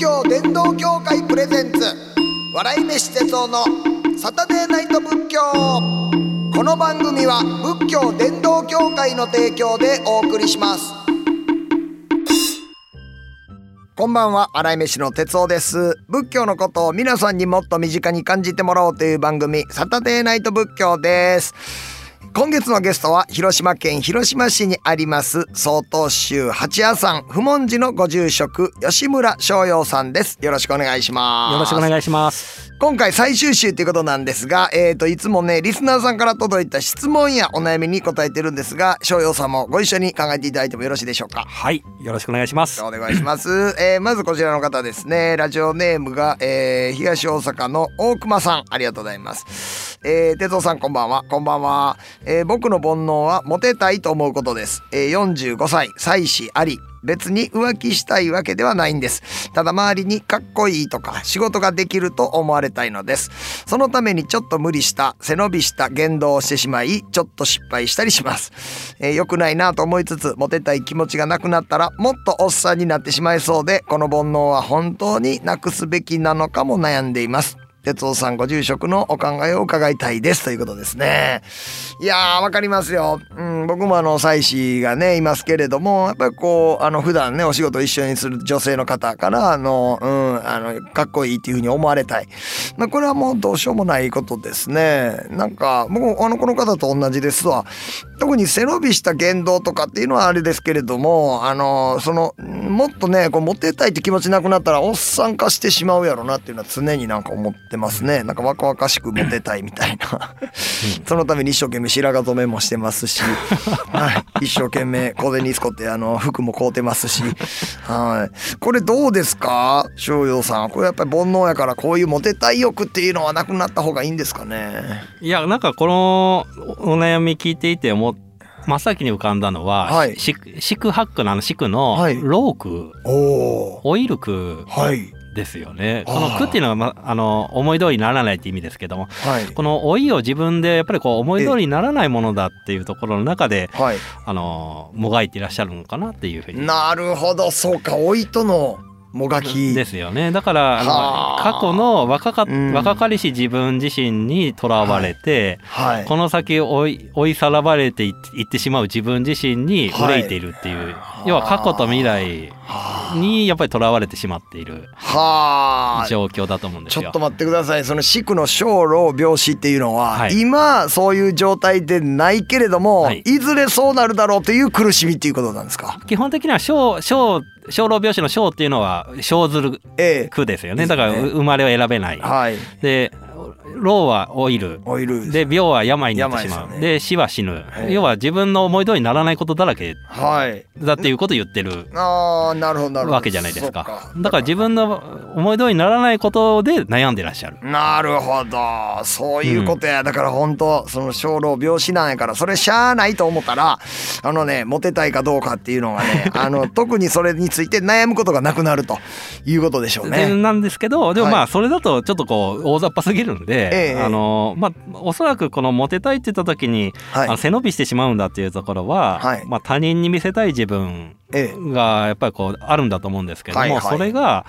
道伝道協会プレゼンツ笑い飯哲夫のサタデーナイト仏教この番組は仏教伝道協会の提供でお送りしますこんばんは笑い飯の哲夫です仏教のことを皆さんにもっと身近に感じてもらおうという番組サタデーナイト仏教です今月のゲストは広島県広島市にあります曹洞宗八谷山不文寺のご住職吉村翔陽さんですよろしくお願いしますよろしくお願いします。今回最終週ということなんですが、えー、といつもねリスナーさんから届いた質問やお悩みに答えてるんですが翔陽さんもご一緒に考えていただいてもよろしいでしょうかはい、よろしくお願いします。お願いします、 えー、まずこちらの方ですねラジオネームが、えー、東大阪の大熊さんありがとうございます、えー、哲夫さんこんばんはこんばんは、えー、僕の煩悩はモテたいと思うことです、えー、45歳妻子あり別に浮気したいわけではないんですただ周りにかっこいいとか仕事ができると思われたいのですそのためにちょっと無理した背伸びした言動をしてしまいちょっと失敗したりします、えー良くないなと思いつつモテたい気持ちがなくなったらもっとおっさんになってしまいそうでこの煩悩は本当になくすべきなのかも悩んでいます哲夫さんご住職のお考えを伺いたいですということですね。いやーわかりますよ。うん、僕もあの妻子がねいますけれどもやっぱりこうあの普段ねお仕事一緒にする女性の方からあの、うん、あのかっこいいっていうふうに思われたい、まあ、これはもうどうしようもないことですね。なんか僕もあのこの方と同じですわ。特に背伸びした言動とかっていうのはあれですけれどもあのそのもっとねこうモテたいって気持ちなくなったらおっさん化してしまうやろなっていうのは常になんか思ってますねなんか若々しくモテたいみたいなそのために一生懸命白髪染めもしてますし、はい、一生懸命小銭つこってあの服も買うてますし、はい、これどうですか翔陽さんこれやっぱり煩悩やからこういうモテたい欲っていうのはなくなった方がいいんですかねいや、なんかこのおお悩み聞いていて思っ真っ先に浮かんだのは、はいシクシクハックのあのシクのはいローク、おおオイルクはいですよね。あこのークっていうのは、ま、あの思い通りにならないって意味ですけども、はいこの老いを自分でやっぱりこう思い通りにならないものだっていうところの中で、はいあのもがいていらっしゃるのかなっていうふうになるほどそうか老いとのもがきですよねだからはああの過去の若か,、うん若かりし自分自身にとらわれて、はいこの先追い追いさらわれていっていってしまう自分自身に憂いているっていう、はい要は過去と未来はにやっぱりとらわれてしまっているあはあ状況だと思うんですちよ。ょっと待ってくださいその四苦の小老病死っていうのは、はい今そういう状態でないけれども、はいい、ずれそうなるだろうという苦しみっていうことなんですか基本的には小小小老病死の小っていうのは小ずるえ苦ですよでねすねだからう生まれを選べないえ、はいで老は老いるオイルで病は病になってしま病でうで,、すよね死は死ぬ、い要は自分の思い通りにならないことだらけはいだっていうことを言ってるああなるほどなるほどわけじゃないですかそっだから自分の思い通りにならないことで悩んでらっしゃるなるほどそういうことや、だから本当その小老病死なんやからそれしゃあないと思ったらあのねモテたいかどうかっていうのが ねあの特にそれについて悩むことがなくなるということでしょうでね。なんですけどでもはいまあそれだとちょっとこう大雑把すぎるんで、ええあのまあ、おそらくこのモテたいって言った時に、はいあの背伸びしてしまうんだっていうところは、はいまあ、他人に見せたい自分ええがやっぱりこうあるんだと思うんですけども、はいはいそれが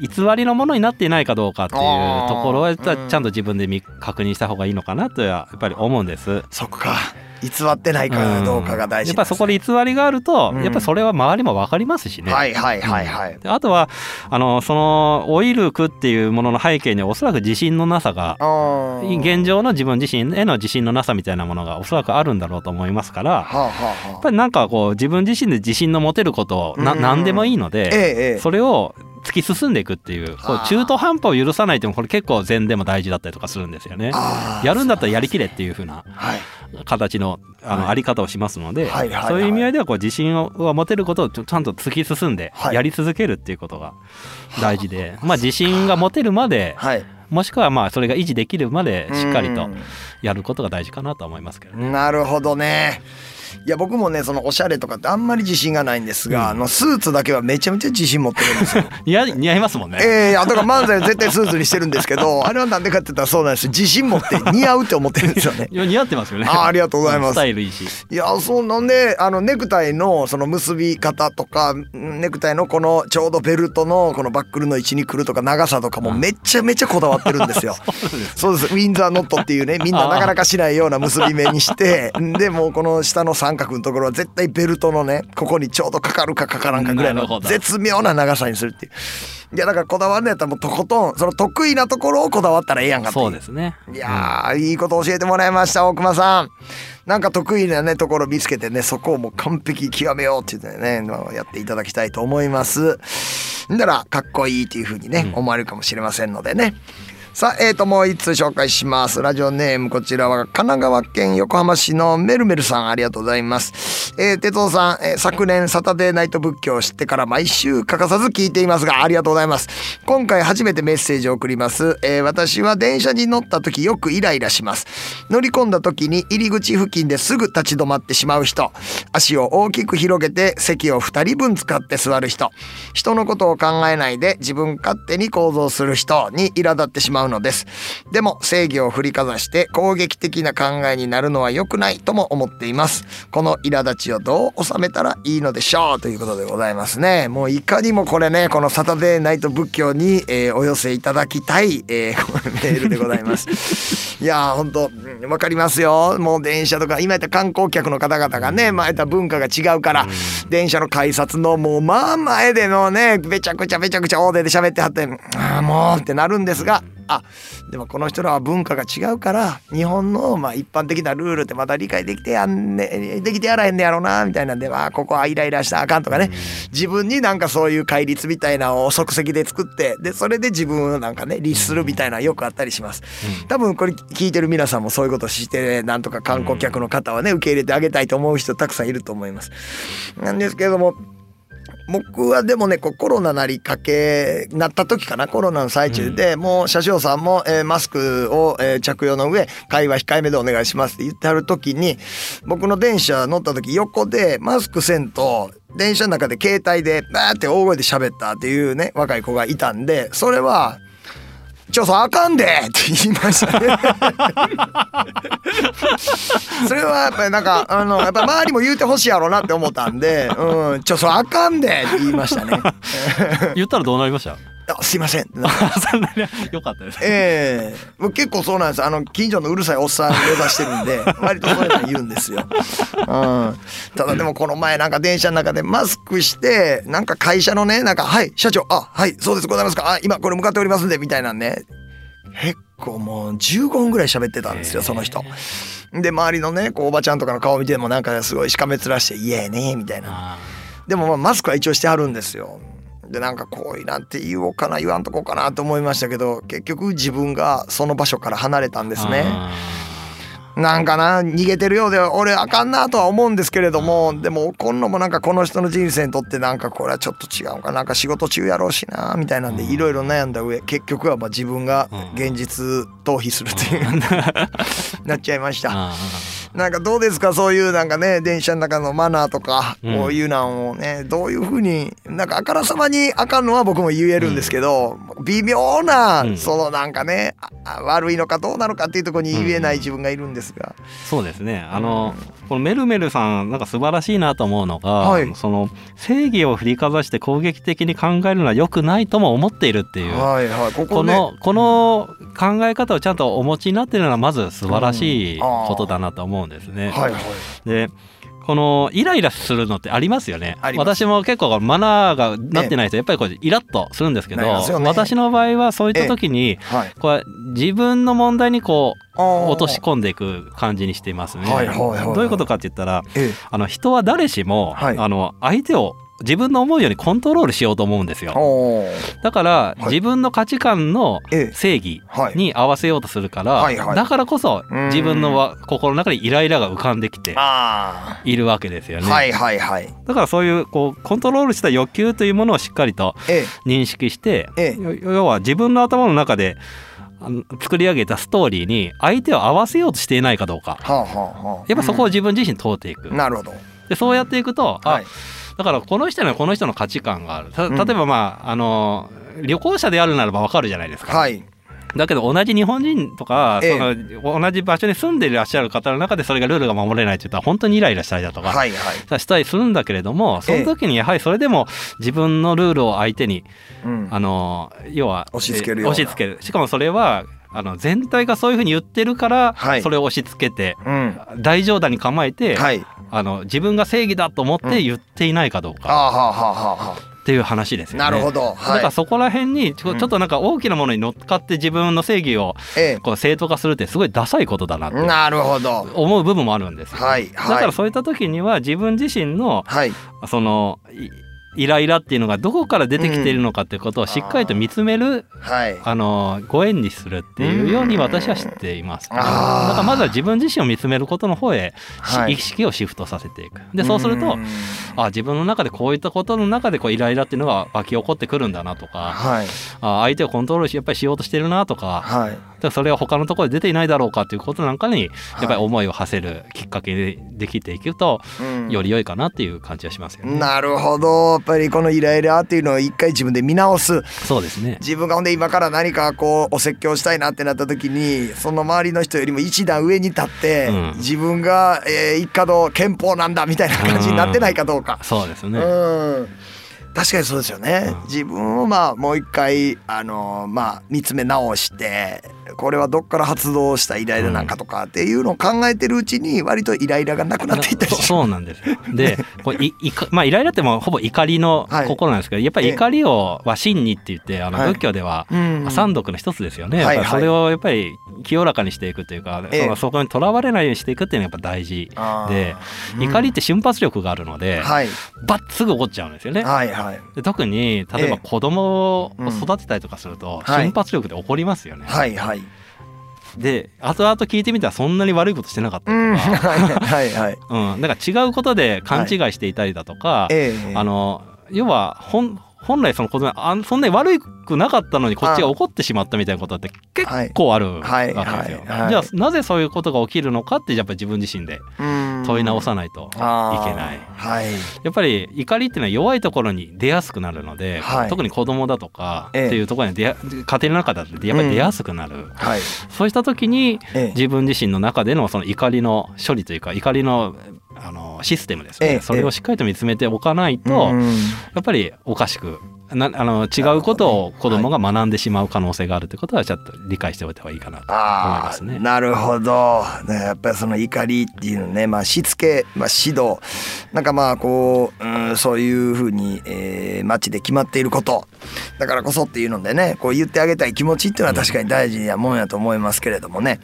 偽りのものになっていないかどうかっていうあーところはちゃうんんと自分で見確認した方がいいのかなとはやっぱり思うんです。そっか偽ってないかどうかが大事うんやっぱそこで偽りがあると、うんやっぱそれは周りも分かりますしね。はいはいはいはい。であとはあのそのオイルクっていうものの背景にはおそらく自信のなさがあー現状の自分自身への自信のなさみたいなものがおそらくあるんだろうと思いますからやはあはあっはあぱりなんかこう自分自身で自信の持てることをなうん何でもいいのええでええそれを突き進んでいくっていうこあーう中途半端を許さないっていうのもこれ結構禅でも大事だったりとかするんですよね。あーやるんだったらやりきれっていう風なはい形のあの、はいあり方をしますので、はいはいはいそういう意味合いではこう自信をは持てることをちょちゃんと突き進んではいやり続けるっていうことが大事で、まあ、自信が持てるまではいもしくはまあそれが維持できるまでしっかりうとんやることが大事かなと思いますけどね。なるほどね。いや僕もねそのおしゃれとかってあんまり自信がないんですが、あのスーツだけはめちゃめちゃ自信持ってるんですよ。似合い似合いますもんね。ええあとが漫才は絶対スーツにしてるんですけどあれはなんでかって言ったらそうなんですよ自信持って似合うって思ってるんですよね。いや似合ってますよね。あーありがとうございますスタイルいいし。いやそうなんであのネクタイのその結び方とかネクタイのこのちょうどベルトのこのバックルの位置に来るとか長さとかもめちゃめちゃこだわってるん ですよ。そうですウィンザーノットっていうねみんななかなかしないような結び目にしてでもうこの下の三角のところは絶対ベルトのねここにちょうどかかるかかからんかぐらいのなるほど絶妙な長さにするっていう。いやだからこだわるのやったらもうとことんその得意なところをこだわったらええやんかっていそううですね。いやー、いいこと教えてもらいました、大熊さん。なんか得意なね、ところ見つけてね、そこをもう完璧に極めようって言ってね、まあやっていただきたいと思います。なら、かっこいいっていうふうにね、思われるかもしれませんのでね。さあ、えーと、もう一通紹介します。ラジオネーム、こちらは神奈川県横浜市のメルメルさん、ありがとうございます。えー、哲夫さん、えー昨年、サタデーナイト仏教を知ってから毎週欠かさず聞いていますが、ありがとうございます。今回初めてメッセージを送ります。えー私は電車に乗った時よくイライラします。乗り込んだ時に入り口付近ですぐ立ち止まってしまう人、足を大きく広げて席を2人分使って座る人、人のことを考えないで自分勝手に行動する人に苛立ってしまうのです。でも正義を振りかざして攻撃的な考えになるのは良くないとも思っています。この苛立ちをどう収めたらいいのでしょうということでございますね。もういかにもこれね、このサタデーナイト仏教に、えーお寄せいただきたい、えーこ のメールでございます。いやー本当うんわかりますよ。もう電車とか今やったら観光客の方々がね、前とは文化が違うから、電車の改札のもうまあ前でのね、べちゃくちゃべちゃくちゃ大手で喋ってはって、ああもうってなるんですが、あでもこの人らは文化が違うから日本のまあ一般的なルールってまた理解できてやんねできてやらへんねやろうなみたいなんであーここはイライラしたらあかんとかね自分になんかそういう戒律みたいなのを即席で作ってでそれで自分をなんかね律するみたいなのよくあったりします多分これ聞いてる皆さんもそういうことしてなんとか観光客の方はね受け入れてあげたいと思う人たくさんいると思いますなんですけれども僕はでもねこうコロナなりかけなった時かなコロナの最中で、もう車掌さんも、えーマスクを、えー着用の上会話控えめでお願いしますって言ってはる時に僕の電車乗った時横でマスクせんと電車の中で携帯でバーって大声で喋ったっていうね若い子がいたんでそれは「ちょさあかんで!」って言いました ね。それはやっぱりなんかあのやっぱ周りも言うてほしいやろうなって思ったんで「うんちょそれあかんで」って言いましたね。 言ったらどうなりました。 あすいません。 そんなに良かったです。ええ僕結構そうなんですあの近所のうるさいおっさん目指してるんで 割とそういうの言うんですよ、うん、ただでもこの前なんか電車の中でマスクしてなんか会社のねなんか「はい社長あはいそうですございますかあ今これ向かっておりますんで」みたいなんね結構もう15分ぐらい喋ってたんですよその人で周りのねこうおばちゃんとかの顔見てもなんかすごいしかめ面して「いえね」みたいなあでもまあマスクは一応してはるんですよ。でなんかこういなんて言おうかな言わんとこうかなと思いましたけど結局自分がその場所から離れたんでーすね。あなんかな逃げてるようで俺あかんなとは思うんですけれどもでも怒んのもなんかこの人の人生にとってなんかこれはちょっと違うかなんか仕事中やろうしなみたいなんでいろいろ悩んだ上結局はまあ自分が現実逃避するという、なっちゃいましたー。あなんかどうですかそういうなんかね電車の中のマナーとかうんこういうなんをね、どういうふうになんかあからさまにあかんのは僕も言えるんですけど、微妙な、うんそのなんかねああ悪いのかどうなのかっていうところに言えない自分がいるんですが、ーそうですね。あの、このメルメルさんなんか素晴らしいなと思うのが、はいその正義を振りかざして攻撃的に考えるのは良くないとも思っているっていう。はいはいこここねのこの考え方をちゃんとお持ちになっているのはまず素晴らしいうんあーことだなと思うんですね。はいはいでこのイライラするのってありますよねあります私も結構マナーがなってない人やっぱりこうイラッとするんですけど、なりますよね私の場合はそういった時に、はいこれ自分の問題にこうあー落とし込んでいく感じにしていますね。はいはいはいはいどういうことかって言ったらええあの人は誰しも、はいあの相手を自分の思うようにコントロールしようと思うんですよ。おーだから、い自分の価値観のええ正義はいに合わせようとするから、はいはいだからこそうん自分のわ心の中にイライラが浮かんできてあいるわけですよーね。はいはいはいだからそういうこうコントロールした欲求というものをしっかりとええ認識して、ええよ要は自分の頭の中であの作り上げたストーリーに相手を合わせようとしていないかどうかはあはあはあやっぱそこを自分自身問うていく、うんなるほどでそうやっていくと、はいあだからこの人にはこの人の価値観があるたうん例えばまあ、あの旅行者であるならばわかるじゃないですか、はいだけど同じ日本人とか、ええその同じ場所に住んでいらっしゃる方の中でそれがルールが守れないって言ったら本当にイライラしたりだとか、はいはいしたりするんだけれどもその時にやはりそれでも自分のルールを相手に、うんあの要は押し付けるような押し付けるしかもそれはあの全体がそういうふうに言ってるから、はいそれを押し付けてうん大冗談に構えて、はいあの自分が正義だと思って言っていないかどうあかあはあはあはあはっていう話ですあよなね。るほどだからはそこら辺にちうょんちょっとなんか大きなものに乗っかって自分の正義をいえこう正当化するってすごいダサいことだなっえてなるほど思う部分もあるんですよね、はいはいだからそういった時には自分自身のはいそのいイライラっていうのがどこから出てきているのかってことをしっかりと見つめる、はいあのご縁にするっていうように私は知っています、うんだあーからまずは自分自身を見つめることの方へ、しはい意識をシフトさせていくでそうするとんあ自分の中でこういったことの中でこうイライラっていうのが湧き起こってくるんだなとかはいあ相手をコントロールしやっぱりしようとしてるなとかはいだからそれは他のところで出ていないだろうかということなんかにやっぱり思いを馳せるきっかけでできていくとうんより良いかなっていう感じはしますよね。なるほどやっぱりこのイライラっていうのを一回自分で見直すそうですね自分がほんで今から何かこうお説教したいなってなった時にその周りの人よりも一段上に立って、うん自分が、えー一家の憲法なんだみたいな感じになってないかどうか。そうですうね、ん確かにそうですよね、うん自分をまあもう一回あのーまあ見つめ直してこれはどっから発動したイライラなんかとかっていうのを考えてるうちに割とイライラがなくなっていったりそうしそうなんですよでこういいかまあイライラってもうほぼ怒りのはい心なんですけど、やっぱり怒りをは真にって言ってあのはい仏教では、うん三毒の一つですよね、はいやっぱりそれをやっぱり清らかにしていくというか、ええそのそこにとらわれないようにしていくっていうのがやっぱ大事あーでうん怒りって瞬発力があるので、はいバッすぐ怒っちゃうんですよね。はいはいで特に例えばええ子供をうん育てたりとかすると、はい瞬発力で怒りますよね。はいはいで後々聞いてみたらそんなに悪いことしてなかっうたんりとか、はいはいうん、なんか違うことで勘違いしていたりだとか、ええあの要は本本来その子供あんそんなに悪くなかったのにこっちが怒ってしまったみたいなことって結構あるわはけいですよ。はいじはいはいゃあなぜそういうことが起きるのかってやっぱり自分自身で問い直さないといけあーない。はいやっぱり怒りっていうのは弱いところに出やすくなるので、はい特に子供だとかっええていうところに出や家庭の中だってやっぱり出やすくなる、はいそうした時にええ自分自身の中でのその怒りの処理というか怒りのあのシステムですえね、えそれをしっかりと見つめておかないと、うんやっぱりおかしくなあの違うことを子供が学んでしまう可能性があるってことはちょっと理解しておいた方がいいかなと思いあますあ、ね。なるほど、ね、やっぱりその怒りっていうのね、まあ、しつけ、まあ、指導なんかまあこう、うん、そういうふうに、えー、街で決まっていることだからこそっていうのでねこう言ってあげたい気持ちっていうのは確かに大事なもんやと思いますけれどもね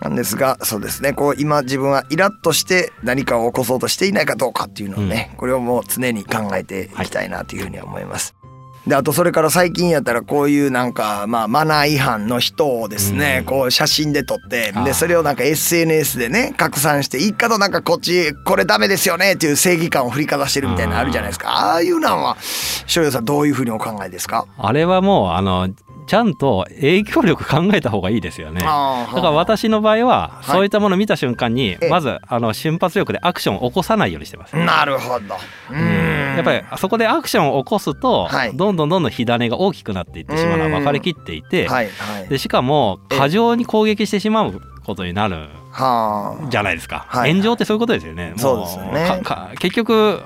なんですがそうですねこう今自分はイラッとして何かを起こそうとしていないかどうかっていうのをね、これをもう常に考えていきたいなというふうには思います。であとそれから最近やったらこういうなんか、まあ、マナー違反の人をですね、うんこう写真で撮ってあーでそれをなんか SNS でね拡散して一家となんかこっちこれダメですよねっていう正義感を振りかざしてるみたいなのあるじゃないですかああいうなんは翔陽さんどういうふうにお考えですか、あれはもうあのちゃんと影響力考えた方がいいですよね。だあーから私の場合はそういったものを見た瞬間にええまずあの瞬発力でアクションを起こさないようにしてます。なるほどうーんやっぱりそこでアクションを起こすとはいどんどんどんどん火種が大きくなっていってしまうのは分かりきっていてはいはいでしかもええ過剰に攻撃してしまうことになるはあじゃないですか、はい炎上ってそういうことですよねもそうですよねかか結局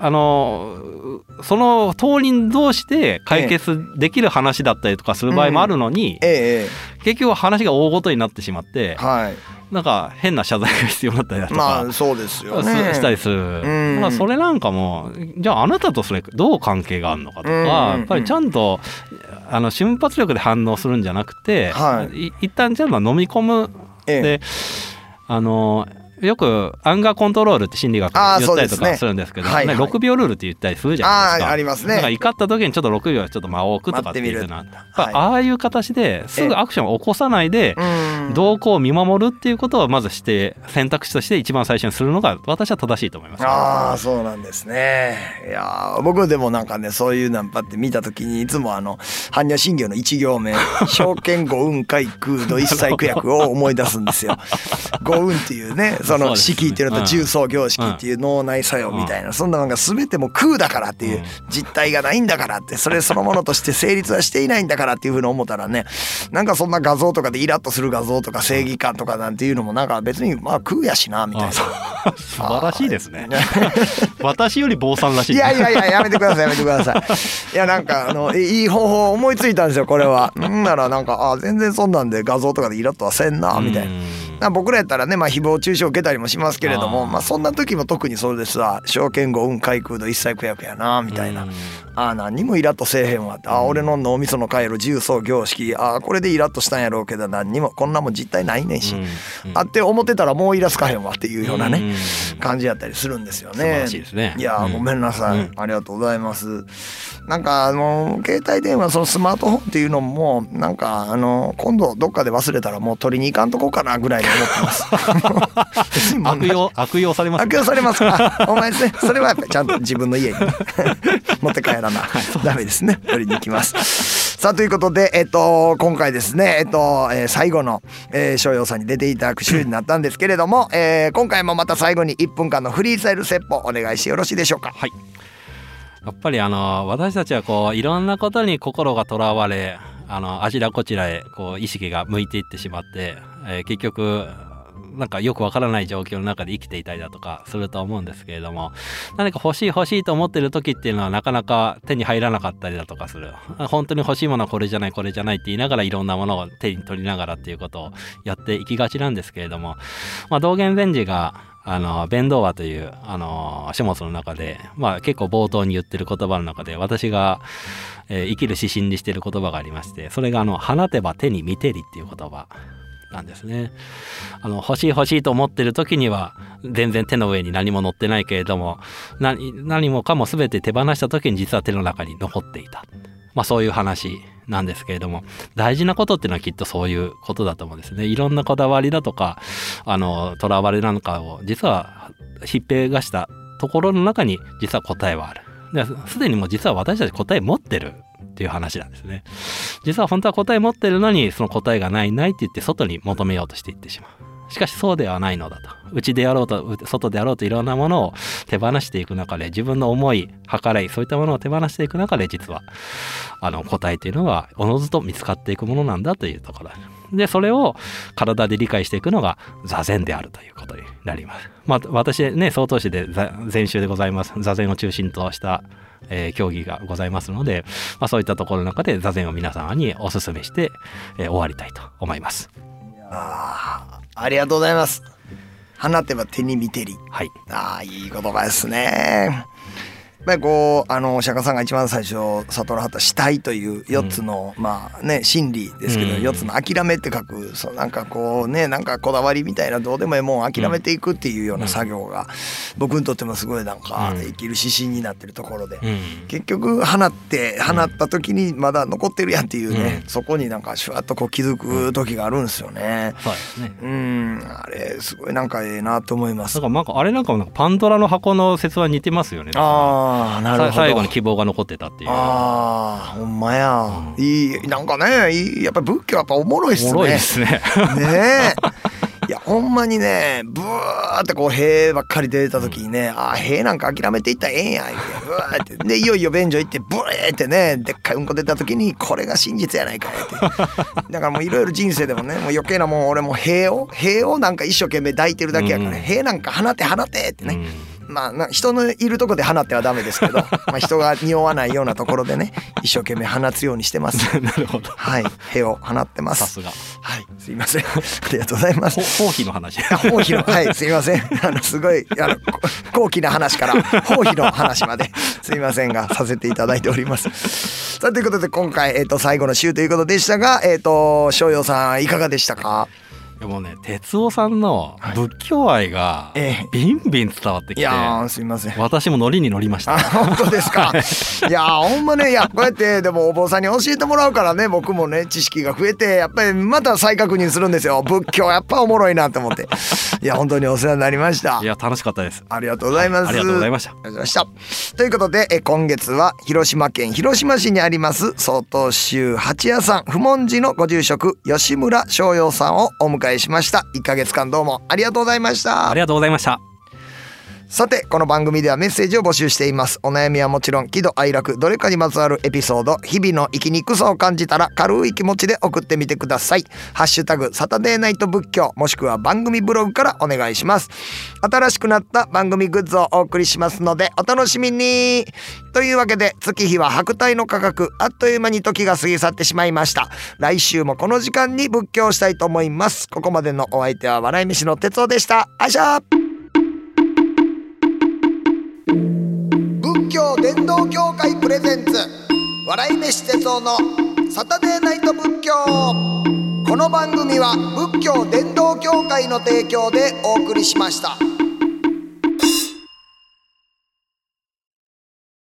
あのその当人同士で解決できる話だったりとかする場合もあるのに、ええ結局話が大ごとになってしまってええはいなんか変な謝罪が必要だったりだとまかあ。そうですよすねしたりする、うんだからそれなんかもじゃああなたとそれどう関係があるのかとか、うんやっぱりちゃんとあの瞬発力で反応するんじゃなくて、、はい一旦ちゃんと飲み込むええであのよくアンガーコントロールって心理学であー言ったりそとうですねかするんですけど、はいはいね6秒ルールって言ったりするじゃないあですあか。ありますなんかね。怒った時にちょっと6秒ちょっと間を置くとかっていうような、待ってみるやっぱはいああいう形ですぐアクションを起こさないでうん動向を見守るっていうことをまずして選択肢として一番最初にするのが私は正しいと思います。ああそうなんですねいやー僕でもなんかねそういうナンパって見た時にいつもあの般若心経の一行 目「証券五運会空度一切苦役」を思い出すんですよ。五運っていうねそそうのですね式っていうのうとん重層行式っていう脳内作用みたいなそんなのが全てもう空だからっていううん実体がないんだからってそれそのものとして成立はしていないんだからっていうふうに思ったらねなんかそんな画像とかでイラッとする画像とか正義感とかなんていうのもなんか別にまあ空やしなみたいな。あ素晴らしいですね。私より坊さんらしい。いやいやいや、やめてください、やめてください。いや、なんか、あ の、いいい方法思いついたんですよ、これは。うんなら、なんか、あ全然そんなんで画像とかでイラッとはせんな、みたいな。うんな僕らやったらね、まあ、誹謗中傷受けたりもしますけれども、あーまあ、そんな時も特にそうですわ。証券後、運海空度一切苦役やな、みたいな。うんあー何にもイラッとせえへんわってあー俺の脳みその回路重層凝式あーこれでイラッとしたんやろうけど何にもこんなもん実態ないねんし、うんうんあって思ってたらもうイラつかへんわっていうようなね、うん感じやったりするんですよね。素晴らしいですねやーうんごめんなさい、うんありがとうございます。なんかあの携帯電話そのスマートフォンっていうのもなんかあの今度どっかで忘れたらもう取りに行かんとこかなぐらいに思ってます。 別に問悪題用悪用されます悪ね。用されます かお前ですねそれはやっぱりちゃんと自分の家に 持って帰らな ダメですね取りに行きますさあということで、えっと、今回ですね、えっとえー最後のえー翔陽、さんに出ていただく週になったんですけれども、えー今回もまた最後に1分間のフリースタイル説法お願いしてよろしいでしょうかはい。やっぱりあの私たちはこういろんなことに心がとらわれあのあちらこちらへこう意識が向いていってしまって、えー結局なんかよくわからない状況の中で生きていたりだとかすると思うんですけれども何か欲しい欲しいと思ってる時っていうのはなかなか手に入らなかったりだとかする本当に欲しいものはこれじゃないこれじゃないって言いながらいろんなものを手に取りながらっていうことをやっていきがちなんですけれども、まあ、道元禅師があの弁道話というあの書物の中で、まあ、結構冒頭に言ってる言葉の中で私が、えー生きる指針にしてる言葉がありましてそれがあの「放てば手に見てり」っていう言葉なんですね。あの欲しい欲しいと思ってる時には全然手の上に何も乗ってないけれども何何もかも全て手放した時に実は手の中に残っていた、まあ、そういう話なんですけれども大事なことっていうのはきっとそういうことだと思うんですね。いろんなこだわりだとかあの囚われなんかを実はひっぺがしたところの中に実は答えはある。ですでにもう実は私たち答え持ってるっていう話なんですね。実は本当は答え持ってるのにその答えがないないって言って外に求めようとしていってしまう。しかしそうではないのだと。うちでやろうとう外でやろうといろんなものを手放していく中で自分の思い計らいそういったものを手放していく中で実はあの答えというのはおのずと見つかっていくものなんだというところでそれを体で理解していくのが座禅であるということになります。まあ、私ね曹洞宗で座禅宗でございます座禅を中心とした、えー教義がございますので、まあ、そういったところの中で座禅を皆様にお勧めして、えー終わりたいと思います。あーありがとうございます放てば手に見てりはい、あーいい言葉ですね。やっぱりこうあの釈迦さんが一番最初悟らはった死体という4つの、まあね真理ですけど、うん4つの諦めって書くそうなんかこうねなんかこだわりみたいなどうでもいいもんを諦めていくっていうような作業が、僕にとってもすごいなんか、うん生きる指針になってるところで、うん結局放って放った時にまだ残ってるやんっていうね、うそこになんかシュワッとこう気づく時があるんですよね。そうですねうんあれすごいなんかええなと思いますだ。からなんかあれなんかもなんかパンドラの箱の説話に似てますよね。ああなるほどさ最後に希望が残ってたっていう。ああほんまや、いいなんかねいいやっぱり仏教はやっぱおもろいっすねおもろいですね。 ねえいやほんまにねブワーってこう塀ばっかり出てた時にね、ああ塀なんか諦めていったらええんや言うてブワーってでいよいよ便所行ってブレーってねでっかいうんこ出た時にこれが真実やないかいってだからもういろいろ人生でもねもう余計なもん俺もう塀を塀をなんか一生懸命抱いてるだけやから、うん塀なんか放て放てってね、うんまあな人のいるとこで放ってはダメですけど まあ人が匂わないようなところでね一生懸命放つようにしてます。なるほど。はい、屁を放ってま さす。すが。はい、すいません。 ありがとうございますほ。放棄の話。 あ放棄のはいすいませんあのすごいあのこ高貴な話から放棄の話まですいませんがさせていただいておりますさあということで今回、えっと最後の週ということでしたがえっ、と翔陽さんいかがでしたかいやもうね哲夫さんの仏教愛がえビンビン伝わってえ。きいて、やーすみません。私もノリに乗りましあた本当ですか。いやーほんまねいやこうやってでもお坊さんに教えてもらうからね僕もね知識が増えてやっぱりまた再確認するんですよ仏教やっぱおもろいなと思っていや本当にお世話になりましたい。や楽しかったですありがとうございます。ありがとうございましたありがとうございました。ということで、え今月は広島県広島市にあります曹洞宗八谷さん不問寺のご住職吉村翔陽さんをお迎えしました。1ヶ月間どうもありがとうございましたあり。がとうございましたさてこの番組ではメッセージを募集していますお悩みはもちろん喜怒哀楽どれかにまつわるエピソード日々の生きにくさを感じたら軽い気持ちで送ってみてくださいハッシュタグサタデーナイト仏教もしくは番組ブログからお願いします新しくなった番組グッズをお送りしますのでお楽しみにというわけで月日は白帯の価格あっという間に時が過ぎ去ってしまいました来週もこの時間に仏教したいと思いますここまでのお相手は笑い飯の哲夫でしたあいしゃー仏教伝道協会プレゼンツ笑い飯哲夫のサタデーナイト仏教この番組は仏教伝道協会の提供でお送りしました。